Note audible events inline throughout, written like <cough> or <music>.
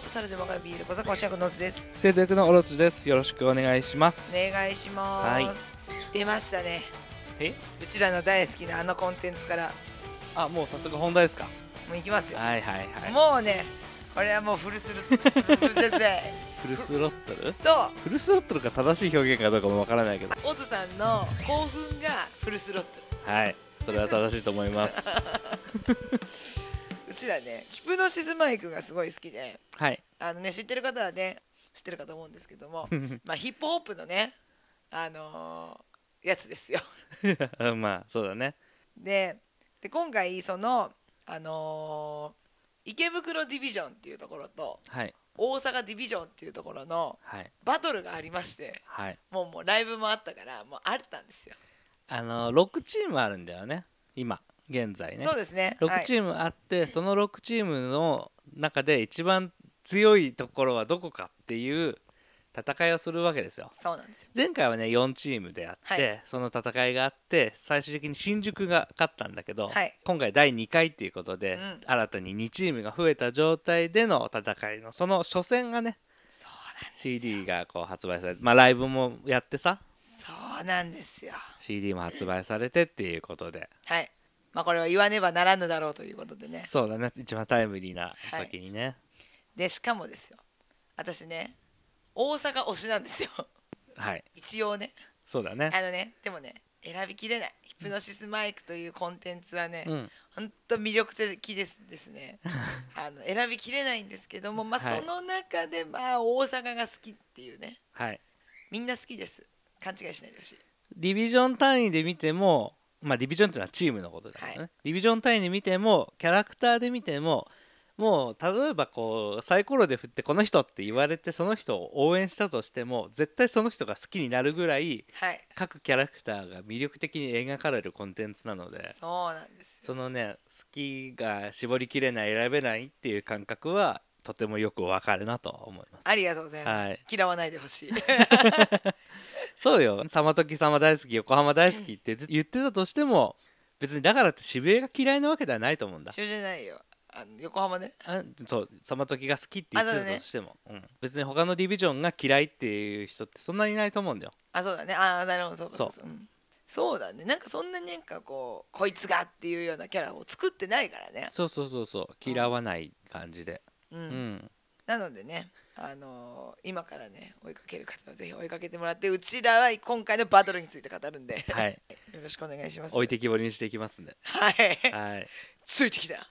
と猿でもわかるビール小坂おしゃくのずです生徒役のオロチです。よろしくお願いしまおす。願いします、はい出ましたねえうちらの大好きなあのコンテンツからあ、もう早速本題ですか。もういきますよ、はいはいはい。もうねこれはもうフルスルッ <laughs> フルスロットル？そうフルスロットルが正しい表現かどうかもわからないけど。オズさんの興奮がフルスロットはい。それは正しいと思います。ルうちらねキプノシズマイクがすごい好きで <laughs> はい。 <laughs> あのね知ってる方はね知ってるかと思うんですけどもまあヒップホップのねあのーやつですよまあそうだね。でで今回そのあのー池袋ディビジョンっていうところとはい大阪ディビジョンっていうところのはいバトルがありましてはい。もうもうライブもあったからもうあったんですよ、あの六チームあるんだよね。今現在ね。そうですね六はいチームあって、その六チームの中で一番強いところはどこかっていう戦いをするわけですよ。そうなんですよ前回はね4チームであって、はいその戦いがあって最終的に新宿が勝ったんだけど、はい今回第2回っていうことで、うん新たに2チームが増えた状態での戦いのその初戦がねそうなんです CD がこう発売されてまあライブもやってさそうなんですよ CD も発売されてっていうことで、はいまあこれは言わねばならぬだろうということでねそうだね一番タイムリーな時にねでしかもですよ私ね大阪推しなんですよ <laughs> はい、一応ねそうだねあのねでもね選びきれないヒプノシスマイクというコンテンツはね、うんほんと魅力的ですです <laughs> ねあの選びきれないんですけども、まあ、はいその中で、まあ、大阪が好きっていうねはいみんな好きです勘違いしないでほしいディビジョン単位で見ても、まあ、ディビジョンっていうのはチームのことだからね、はディビジョン単位で見てもキャラクターで見てももう例えばこうサイコロで振ってこの人って言われてその人を応援したとしても絶対その人が好きになるぐらいはい各キャラクターが魅力的に描かれるコンテンツなのでそうなんですよそのね好きが絞りきれない選べないっていう感覚はとてもよくわかるなと思いますありがとうございます、はい嫌わないでほしい <laughs> そうよ「さまときさま大好き横浜大好き」って言ってたとしても別にだからって渋谷が嫌いなわけではないと思うんだ一緒じゃないよあの横浜ねあそうさまときが好きって言ってあそうだたねとしても、うん、別に他のディビジョンが嫌いっていう人ってそんなにいないと思うんだよあそうだねああなるほどそうそうそうそう,、ん、そうだねなんかそんなになんかこうこいつがっていうようなキャラを作ってないからねそうそうそうそう嫌わない感じでうん、うん、なのでねあのー今からね追いかける方はぜひ追いかけてもらってうちらは今回のバトルについて語るんで、 <laughs> はい <laughs> よろしくお願いします置いてきぼりにしていきますんではいはいついてきた <laughs>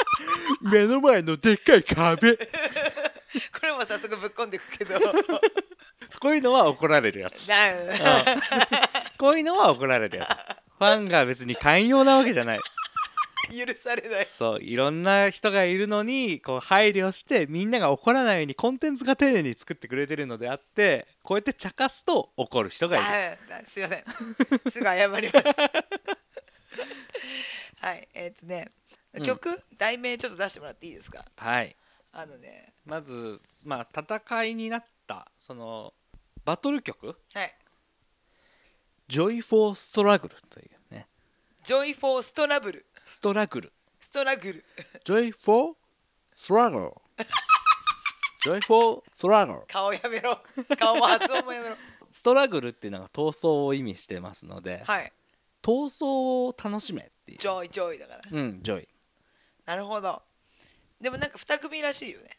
<laughs> 目の前のでっかい壁これも早速ぶっこんでいくけど <laughs> こういうのは怒られるやつなこういうのは怒られるやつファンが別に寛容なわけじゃない許されないそういろんな人がいるのにこう配慮してみんなが怒らないようにコンテンツが丁寧に作ってくれてるのであってこうやって茶化すと怒る人がいるあすいませんすぐ謝ります <laughs> はいえーっとね曲、題名ちょっと出してもらっていいですかはいあのねまずまあ戦いになったそのバトル曲はい「Joy for Struggle」というね「Joy for Struggle ストラグル」 Struggle 「Joy for <laughs> Struggle」「Joy for Struggle」顔やめろ顔も発音もやめろストラグルっていうのが闘争を意味してますので、はい闘争を楽しめっていうジョイジョイだからうんジョイなるほどでもなんか2組らしいよね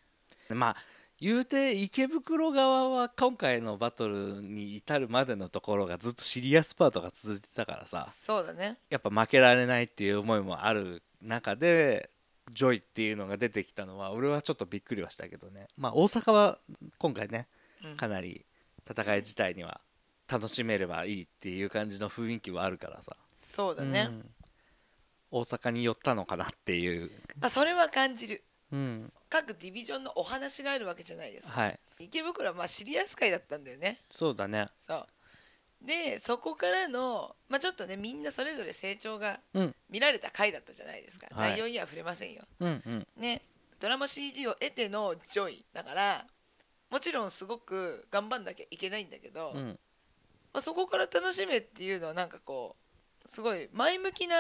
まあ言うて池袋側は今回のバトルに至るまでのところがずっとシリアスパートが続いてたからさそうだねやっぱ負けられないっていう思いもある中でジョイっていうのが出てきたのは俺はちょっとびっくりはしたけどねまあ大阪は今回ねうんかなり戦い自体には楽しめればいいっていう感じの雰囲気はあるからさ、そうだうね、ん大阪に寄ったのかなっていう、あそれは感じるうん、各ディビジョンのお話があるわけじゃないですかはい池袋はまあシリアス会だったんだよねそうだねそうでそこからの、まあ、ちょっとねみんなそれぞれ成長がうん見られた回だったじゃないですか、はい内容には触れませんようんうんねドラマ CD を得てのジョイだからもちろんすごく頑張んなきゃいけないんだけど、うんまあ、そこから楽しめっていうのはなんかこうすごい前向きな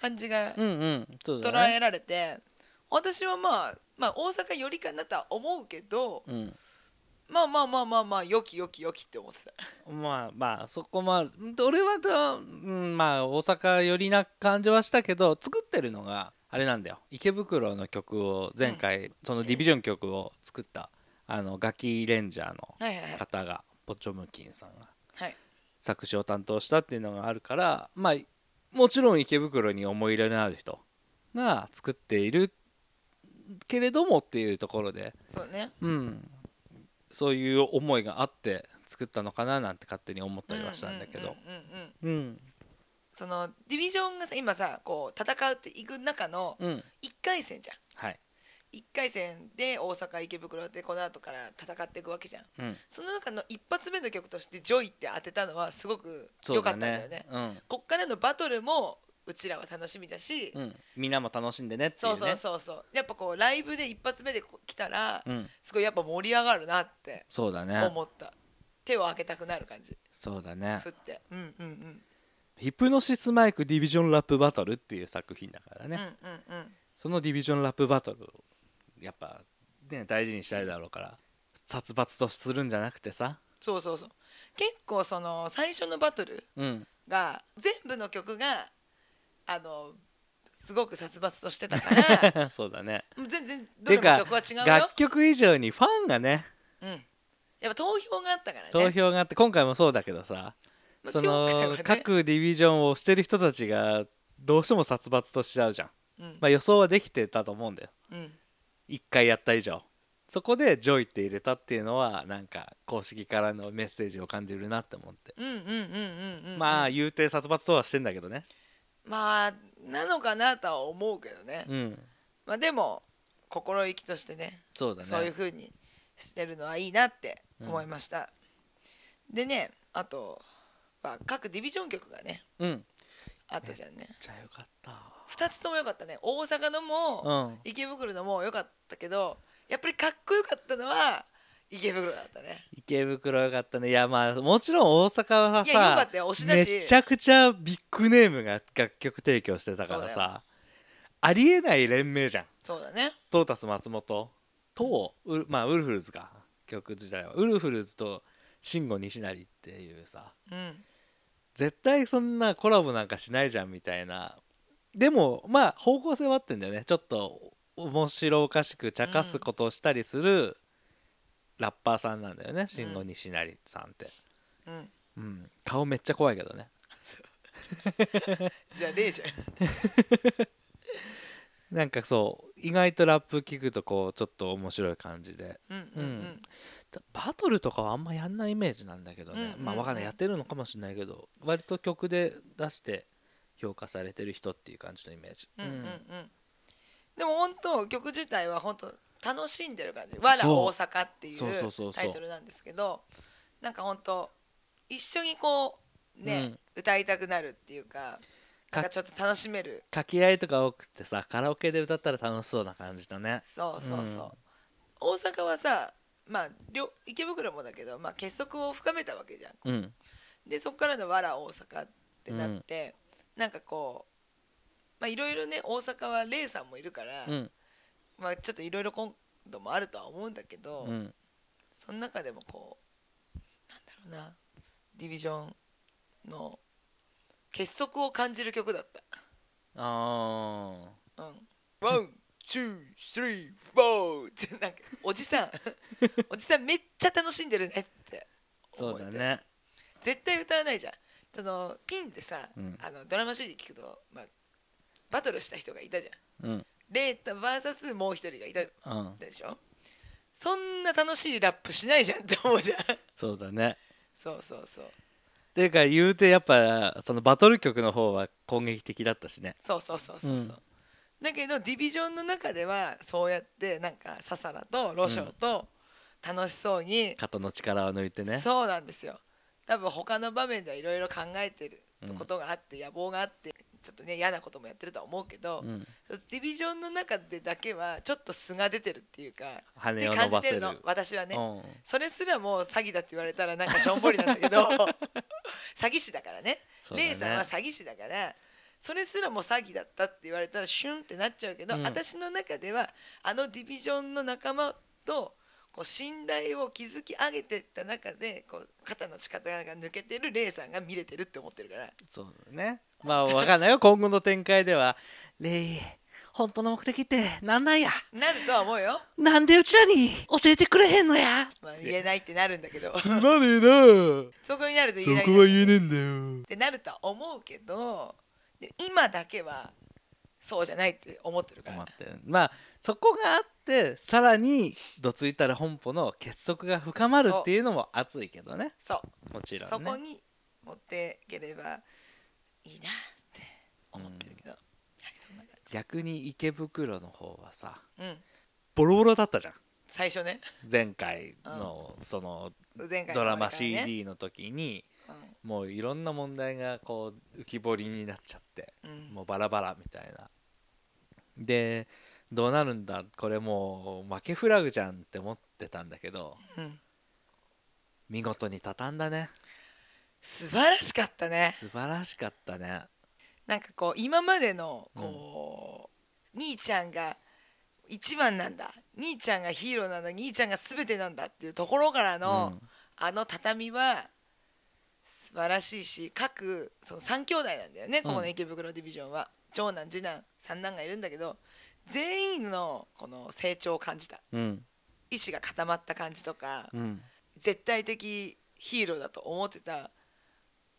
感じがうんうんそうだ捉ねえられて、私はまあまあ大阪よりかなとは思うけど、うん、まあまあまあまあまあ良き良き良きって思ってたまあまあそこもあるうん俺はだ、うん、まあ大阪寄りな感じはしたけど作ってるのがあれなんだよ池袋の曲を前回、そのディビジョン曲を作った、あのガキレンジャーのはいはいはい方がポチョムキンさんがはい作詞を担当したっていうのがあるからまあもちろん池袋に思い入れのある人が作っているけれどもっていうところでそうねうん、そういう思いがあって作ったのかななんて勝手に思ったりはしたんだけど。うんうんうんうんうんそのディビジョンがさ今さこう戦うっていく中のうん1回戦じゃんはい1回戦で大阪池袋でこの後から戦っていくわけじゃんうんその中の一発目の曲として「ジョイ」って当てたのはすごくそ良うかっだたんだよねうんこっからのバトルもうちらは楽しみだし、うん、みんなも楽しんでねっていそううねそうそうそうやっぱこうライブで一発目でこ来たら、うんすごいやっぱ盛り上がるなってそうだね思った手を開けたくなる感じそうだね振ってうんうんうん「ヒプノシスマイクディビジョンラップバトル」っていう作品だからね、うんうんうんそのディビジョンラップバトルをやっぱね大事にしたいだろうから殺伐とするんじゃなくてさそうそうそう結構その最初のバトルうんが全部の曲があのすごく殺伐としてたから <laughs> そうだね <laughs> もう全然どてれいもうか曲は違うよ楽曲以上にファンがねうん、やっぱ投票があったからね投票があって今回もそうだけどさ、まあそ今回はの、ね各ディビジョンをしてる人たちがどうしても殺伐としちゃうじゃん、うんまあ、予想はできてたと思うんだようん1回やった以上そこで「ジョイ」って入れたっていうのはなんか公式からのメッセージを感じるなって思って、うんうんうんうんうんうんまあ言うて殺伐とはしてんだけどねまあなのかなとは思うけどね、うんまあでも心意気としてねそうだねそういう風にしてるのはいいなって思いました、でねあと、まあ、各ディビジョン局がねうんあったじゃんねじゃあよかった2つとも良かったね大阪のも、うん池袋のも良かったけどやっぱりかっこよかったのは池袋だったね池袋よかったねいやまあもちろん大阪はいやよかさったよ推しだしめちゃくちゃビッグネームが楽曲提供してたからそうださありえない連名じゃんそうだねトータス松本とウル,、まあ、ウルフルズか曲自体はウルフルズと慎吾西成っていうさうん絶対そんなコラボなんかしないじゃんみたいなでもまあ方向性は合ってんだよねちょっと面白おかしく茶化すことをしたりするラッパーさんなんだよね慎吾西成さんって、うんうん、顔めっちゃ怖いけどねじゃあレイじゃんなんかそう意外とラップ聞くとこうちょっと面白い感じでうんうんうん、うんバトルとかはあんまやんないイメージなんだけどね、うんうんうんまあわかんないやってるのかもしれないけど割と曲で出して評価されてる人っていう感じのイメージ、うんうんうんうんでも本当曲自体は本当楽しんでる感じ「わらそう大阪」っていそうそうそうそううタイトルなんですけどなんか本当一緒にこうね、歌いたくなるっていうかなんかちょっと楽しめる掛け合いとか多くてさカラオケで歌ったら楽しそうな感じのねそうそうそう、うん大阪はさまあ両池袋もだけど、まあ、結束を深めたわけじゃんうんでそこからの「わら大阪」ってなって、なんかこうまあいろいろね大阪はレイさんもいるから、うんまあ、ちょっといろいろ今度もあるとは思うんだけど、うんその中でもこうなんだろうなディビジョンの結束を感じる曲だっあた。うん、ワンツースリーフォーって <laughs> なんかおじ <laughs> さんおじさんめっちゃ楽しんでるねってー思そえうてだね絶対歌わないじゃんそのピンってさ、うんあのドラマ CD 聞くと、まあ、バトルした人がいたじゃんうんレータ VS もう一人がいたうんでしょそんな楽しいラップしないじゃんって思うじゃん <laughs> そうだねそうそうそうていうか言うてやっぱそのバトル曲の方は攻撃的だったしねそうそうそうそうそう、うんだけどディビジョンの中ではそうやってなんかササラとロショウと楽しそうに、肩の力を抜いてねそうなんですよ多分他の場面ではいろいろ考えてることがあって、野望があってちょっとね嫌なこともやってるとは思うけど、うんディビジョンの中でだけはちょっと素が出てるっていうか羽をって感じて伸ばせる私はね、うんそれすらもう詐欺だって言われたら <laughs> なんかしょんぼりなんだけど詐欺師だからねそうだねレイさんは詐欺師だからそれすらも詐欺だったって言われたらシュンってなっちゃうけど、うん私の中ではあのディビジョンの仲間とこう信頼を築き上げてった中でこう肩の力が抜けてるレイさんが見れてるって思ってるからそうだねまあ分かんないよ <laughs> 今後の展開では「レイ本当の目的ってなんなんやなるとは思う <laughs> よ、なんでうちらに教えてくれへんのやまあ、言えないってなるんだけどすまねえなそこになるとそ言えないこは言えねえんだよってなるとは思うけどで今だけはそうじゃないって思ってるから思ってるまあそこがあってさらにどついたら本舗の結束が深まるっていうのも熱いけどねそうもちろそんこねに持っていければいいなって思ってるけど、はいそんな感逆に池袋の方はさじうんボロボロだったじゃん最初ね前回のその前回のドラマあれからね CD の時にうんもういろんな問題がこう浮き彫りになっちゃってうんもうバラバラみたいなでどうなるんだこれもう負けフラグじゃんって思ってたんだけどうん、見事に畳んだね素晴らしかったね素晴らしかったねなんかこう今までのこう、兄ちゃんが一番なんだ兄ちゃんがヒーローなんだ兄ちゃんが全てなんだっていうところからの、うんあの畳は素晴らしいし各その3兄弟なんだよねここの池袋ディビジョンは、長男次男三男がいるんだけど全員のこの成長を感じたうん意志が固まった感じとか、うん絶対的ヒーローだと思ってた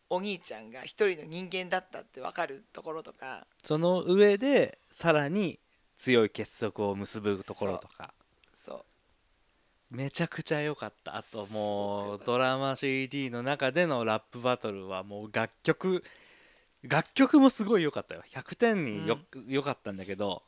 お兄ちゃんが一人の人間だったって分かるところとかその上でさらに強い結束を結ぶところとかそうめちゃくちゃ良かったあとすごくも良うかったドラマ CD の中でのラップバトルはもう楽曲楽曲もすごい良かったよ100点によ良、かったんだけど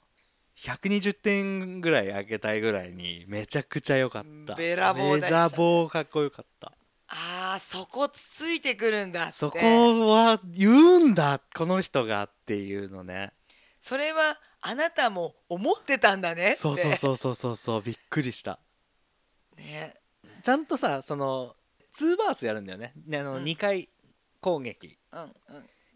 120点ぐらいあげたいぐらいにめちゃくちゃ良かったべらぼうべでしたねらぼうかっこよかったあーそこつついてくるんだってそこは言うんだこの人がっていうのねそれはあなたも思ってたんだねってそうそうそうそうそうそうびっくりしたねちゃんとさその2バースやるんだよねねあのうん2回攻撃、うんうん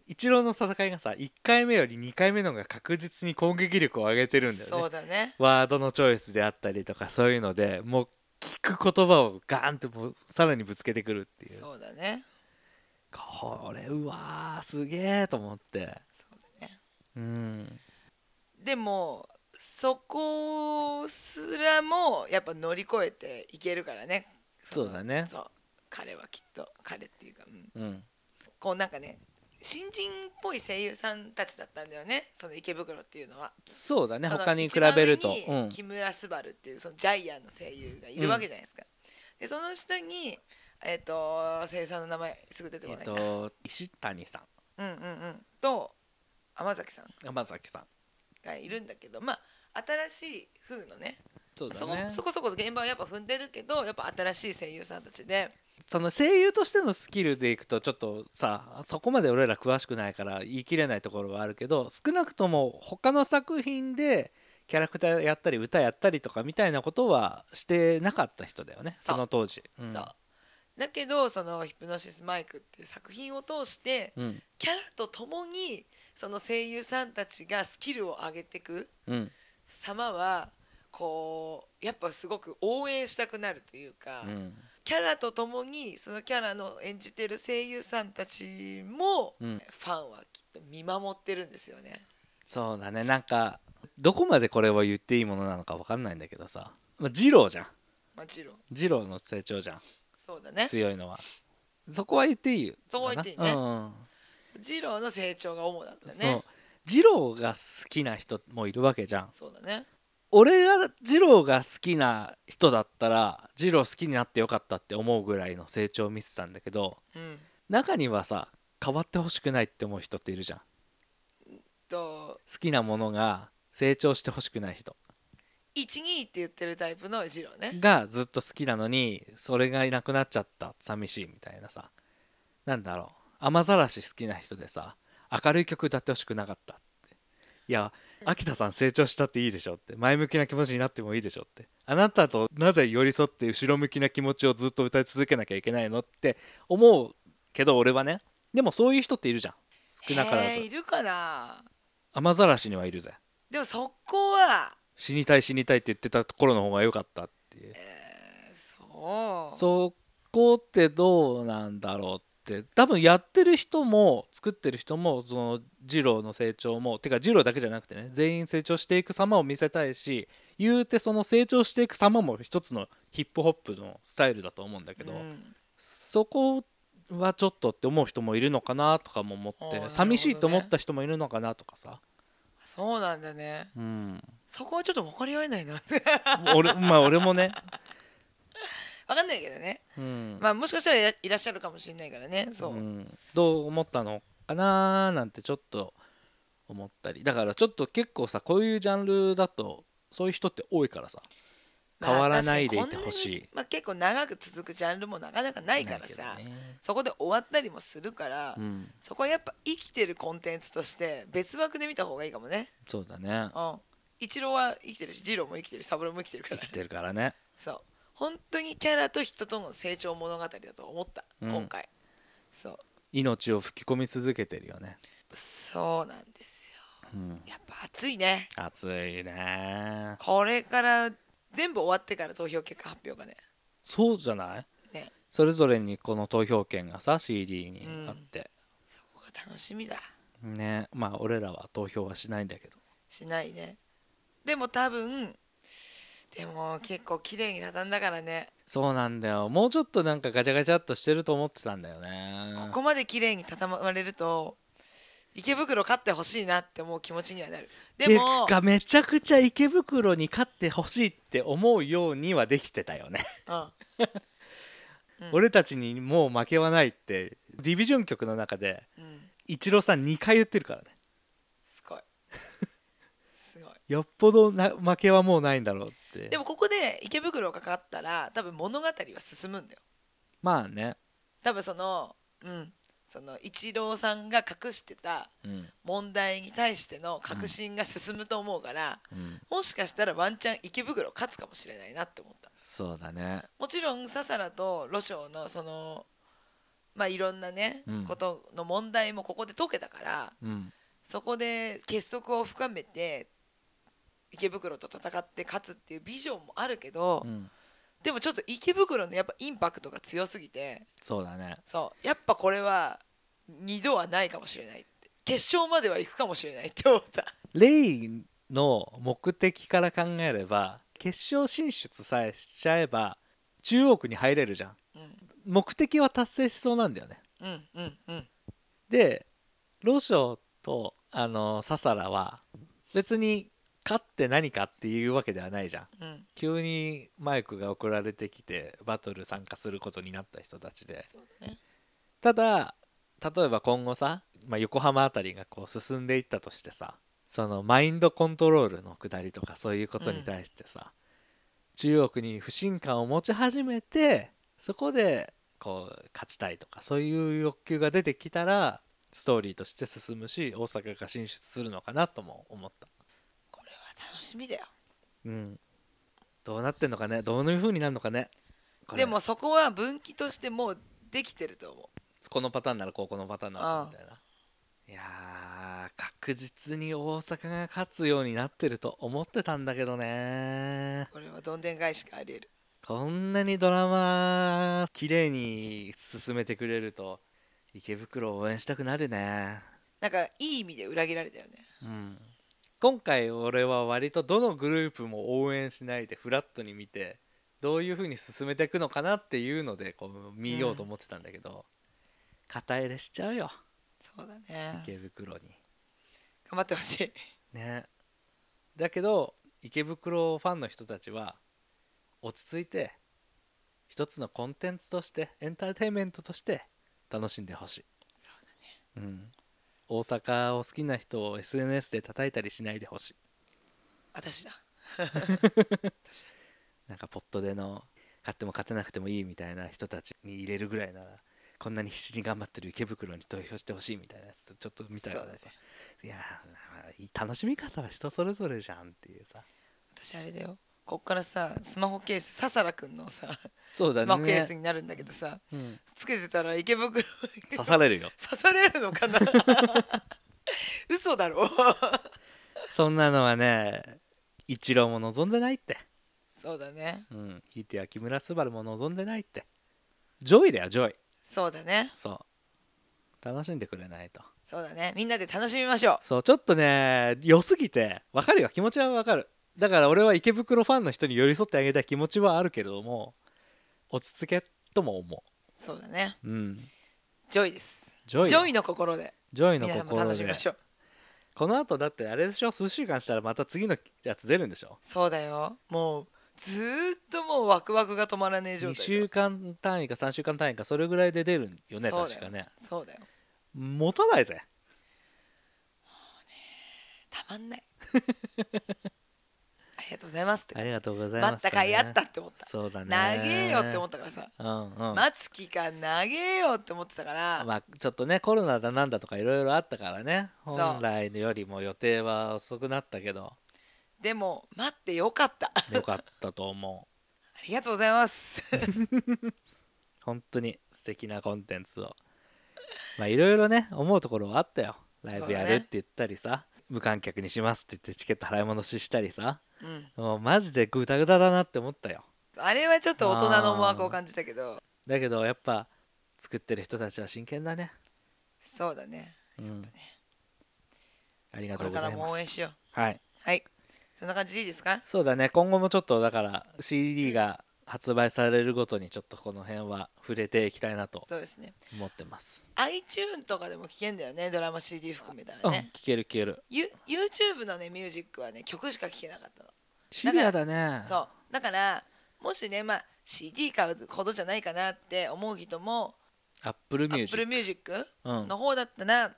一郎の戦いがさ1回目より2回目の方が確実に攻撃力を上げてるんだよそねうだねワードのチョイスであったりとかそういうのでもう聞く言葉をガーンともうさらにぶつけてくるっていうそうだねこれうわーすげえと思ってそうだねうんでもそこすらもやっぱ乗り越えていけるからねのそうだねそう彼はきっと彼っていうか、うん、うんこうなんかね新人っぽい声優さんたちだったんだよねその池袋っていうのはそうだねその他に比べると一番う上にん木村昴っていうそのジャイアンの声優がいるわけじゃないですか、でその下にえっ、と声優さんの名前すぐ出てこえっないな、と石谷さんうんうんうんと天崎さん山崎さんがいるんだけどまあ新しい風のねそうだそこねそこそこ現場はやっぱ踏んでるけどやっぱ新しい声優さんたちでその声優としてのスキルでいくとちょっとさそこまで俺ら詳しくないから言い切れないところはあるけど少なくとも他の作品でキャラクターやったり歌やったりとかみたいなことはしてなかった人だよねそうその当時、んそうだけどその「ヒプノシスマイク」っていう作品を通して、うんキャラとともにその声優さんたちがスキルを上げていくうん様はこうやっぱすごく応援したくなるというか、うんキャラとともにそのキャラの演じてる声優さんたちも、うんファンはきっと見守ってるんですよね。そうだねなんかどこまでこれは言っていいものなのか分かんないんだけどさ、まあ、二郎じゃんもちろん二郎の成長じゃんそうだね強いのはそこは言っていいよそこは言っていいねうんうん二郎の成長が主なんだそうね。二郎が好きな人もいるわけじゃんそうだね俺が二郎が好きな人だったら二郎好きになってよかったって思うぐらいの成長を見せたんだけどうん中にはさ変わってほしくないって思う人っているじゃん好ときなものが成長してほしくない人12って言ってるタイプの二郎ね。がずっと好きなのにそれがいなくなっちゃった寂しいみたいなさなんだろう雨ざらし好きな人でさ明るい曲歌ってほしくなかったっていや秋田さん成長したっていいでしょって前向きな気持ちになってもいいでしょってあなたとなぜ寄り添って後ろ向きな気持ちをずっと歌い続けなきゃいけないのって思うけど俺はねでもそういう人っているじゃん少なからへーずいるかな雨ざらしにはいるぜでもそこは死にたい死にたいって言ってたところの方が良かったっていうそうそこってどうなんだろうって多分やってる人も作ってる人もその二郎の成長もてか二郎だけじゃなくてね全員成長していく様を見せたいし言うてその成長していく様も一つのヒップホップのスタイルだと思うんだけど、うんそこはちょっとって思う人もいるのかなとかも思あーっなるて、ほどね寂しいと思った人もいるのかなとかさ、そうなんだねうん、そこはちょっと分かり合えないな分俺まあ俺もね、かんないけどねうんまあもしかしたらいらいらっしゃるかもしれないからねそう、うんどう思ったのかなーなんてちょっと思ったりだからちょっと結構さこういうジャンルだとそういう人って多いからさまあ変わらないでいてほし確かにこんないに。まあ、結構長く続くジャンルもなかなかないからなさ、いけどねそこで終わったりもするから、うん、そこはやっぱ生きてるコンテンツとして別枠で見た方がいいかもねそうだねうん一郎は生きてるし二郎も生きてるし三郎も生きてるか生らきてるからねそう本当にキャラと人との成長物語だと思った、うん今回そう命を吹き込み続けてるよね、そうなんですうん、よやっぱ熱いね熱いねこれから全部終わってから投票結果発表がねそうじゃないねそれぞれにこの投票権がさ CD にあって、そこが楽しみだねまあ俺らは投票はしないんだけどしないねでも多分でも結構綺麗に畳んだからねそうなんだよもうちょっとなんかガチャガチャっとしてると思ってたんだよねここまで綺麗に畳まれると池袋勝ってほしいなって思う気持ちにはなるでもてかめちゃくちゃ池袋に勝ってほしいって思うようにはできてたよね、うん、俺たちにもう負けはないってディビジョン局の中でうん、イチローさん2回言ってるからねすごいすごいよっぽどな負けはもうないんだろうってでもここで池袋が勝ったら多分物語は進むんだよまあね、多分そのうんその一郎さんが隠してたうん問題に対しての確信が進むと思うから、うん、もしかしたらワンチャン池袋勝つかもしれないなって思ったそうだねもちろんササラとロショウのそのまあいろんなね、うんことの問題もここで解けたからうんそこで結束を深めて池袋と戦って勝つっていうビジョンもあるけど、うんでもちょっと池袋のやっぱインパクトが強すぎてそうだねそうやっぱこれは二度はないかもしれないって決勝までは行くかもしれないって思ったレイの目的から考えれば決勝進出さえしちゃえば中央区に入れるじゃんうん目的は達成しそうなんだよねうんうんうんでロショウとあのササラは別に勝って何かっていうわけではないじゃんうん急にマイクが送られてきてバトル参加することになった人たちでそうだねただ例えば今後さ、まあ、横浜あたりがこう進んでいったとしてさそのマインドコントロールの下りとかそういうことに対してさ、中国に不信感を持ち始めてそこでこう勝ちたいとかそういう欲求が出てきたらストーリーとして進むし大阪が進出するのかなとも思った、これは楽しみだようん、どうなってんのかねどういう風になるのかねこれでもそこは分岐としてもうできてると思このパターンならこうこのパターンなうらんみたいな、いやー確実に大阪が勝つようになってると思ってたんだけどねうこれはどんでん返しがありえるこんなにドラマ綺麗に進めてくれると池袋を応援したくなるねなんかいい意味で裏切られたよねうん今回俺は割とどのグループも応援しないでフラットに見てどういう風に進めていくのかなっていうのでこう見ようと思ってたんだけど、肩入れしちゃうよそうだね頑池袋に。張ってほしいねだけど池袋ファンの人たちは落ち着いて一つのコンテンツとしてエンターテインメントとして楽しんでほしいそうだね、ん、大阪を好きな人を SNS で叩いたりしないでほしい私だなんかポットでの勝っても勝てなくてもいいみたいな人たちに入れるぐらいならこんなに必死に頑張ってる池袋に投票してほしいみたいなやつとちょっと見たよねそさ、いやーまあ楽しみ方は人それぞれじゃんっていうさ私あれだよこっからさスマホケースささらくんのさ、そうだスマホケースね、になるんだけどさうん、つけてたら池袋刺されるよ <laughs> 刺されるの <laughs> かな嘘だろ <laughs> そんなのはね一郎も望んでないってそうだねうんひいては木村昴も望んでないってジョイだよジョイそうだねそう楽しんでくれないとそうだねみんなで楽しみましょうそうちょっとね良すぎてわかるよ気持ちはわかるだから俺は池袋ファンの人に寄り添ってあげたい気持ちはあるけれども落ち着けとも思そうだねううんジョイですジョイジョイイの心でジョイの皆さんも心楽しみでましょうこの後だってあれでしょ数週間したらまた次のやつ出るんでしょそうだよもうずーっともうワクワクが止まらねえ状2態だよ週間単位か3週間単位かそれぐらいで出るんよねそうだ確かねそうだよ持たないぜたまん <laughs> ないありがとうございますってあ感りじがとうございます、待った甲斐あったって思ったそうだね長えよって思っったからさたうんうん待つ期間長えよって思ってたからまあちょっとねコロナだなんだとかいろいろあったからねそう本来よりも予定は遅くなった <laughs> けどでも待ってよかったあよかったと思うりがとうございます <laughs> 本当に素敵なコンテンツをまあいろいろね思うところはあったよライブやるって言ったりさ、無観客にしますって言ってチケット払い戻ししたりさうんもうマジでグダグダだなって思ったよあれはちょっと大人の思惑を感じたけどだけどやっぱ作ってる人たちは真剣だねそうだねうんありがことうれかござらいまも応援すしようはいはいそんな感じでいいですかそうだね今後もちょっとだから CD が発売されるごとにちょっとこの辺は触れていきたいなとそうですね思ってます、 iTune とかでも聴けんだよねドラマ CD 含めたうらんね、聞ける聞けるユ YouTube のねミュージックはね曲しか聴けなかったのシビアだねそうだからもしねまあ CD 買うほどじゃないかなって思う人もアップルミュージッ Apple Music クうんの方だったら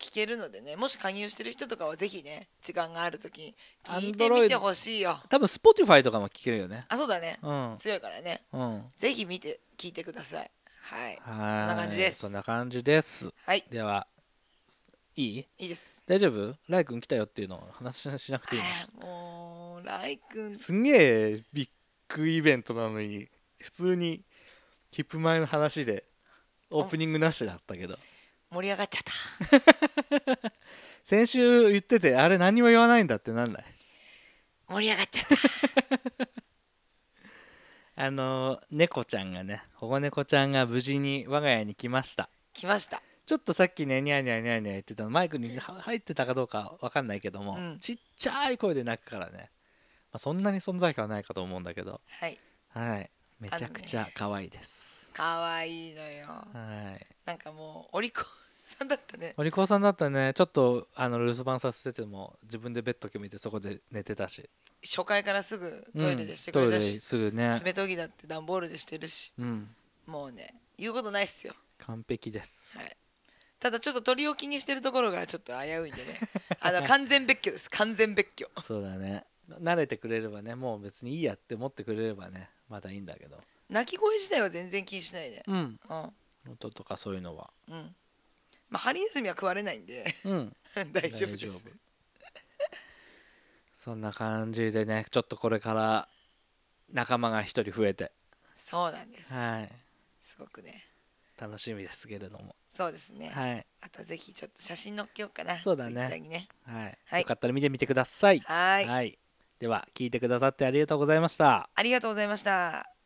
聴けるのでねもし加入してる人とかはぜひね時間がある時に聴いてみて Android ほしいよ多分 Spotify とかも聞けるよねあそうだね、うん強いからねうんはいぜひ見て聴いてくださいはいそんな感じですそんな感じですはいではいいいいです大丈夫ライ君来たよっていうのを話ししなくあていいのらもうライくんすんげえビッグイベントなのに普通に切符前の話でオープニングなしだったけど盛り上がっちゃった先週言っててあれ何も言わないんだってなんない盛り上がっちゃっ <laughs> たあの猫ちゃんがね保護猫ちゃんが無事に我が家に来ました来ましたちょっとさっきねニャーニャーニャーニャー言ってたのマイクには入ってたかどうかわかんないけども、うんちっちゃい声で泣くからね、まあ、そんなに存在感はないかと思うんだけどはいはいめちゃくちゃ可愛いです、かわいいのよはいなんかもうお利口さんだったねお利口さんだったねちょっとあの留守番させてても自分でベッド決めてそこで寝てたし初回からすぐトイレでしてくうれん、トイレたし、すぐね爪研ぎだって段ボールでしてるしうんもうね言うことないっすよ、完璧 <laughs> ですはい、ただちょっと鳥を気にしてるところがちょっと危ういんでねあ <laughs> の完全別居です完全別居そうだね慣れてくれればねもう別にいいやって思ってくれればねまだいいんだけど鳴き声自体は全然気にしないでうんうん音とかそういうのはうんまあハリネズミは食われないんでうん <laughs> 大丈夫ですそんな感じでねちょっとこれから仲間が一人増えてそうなんです、はいすごくね楽しみですけれどもそうですね、はい、あとぜひちょっと写真載っけようかなそうだね Twitter にねはいはいよかったら見てみてくださいはーいはい、では聞いてくださってありがとうございましたありがとうございました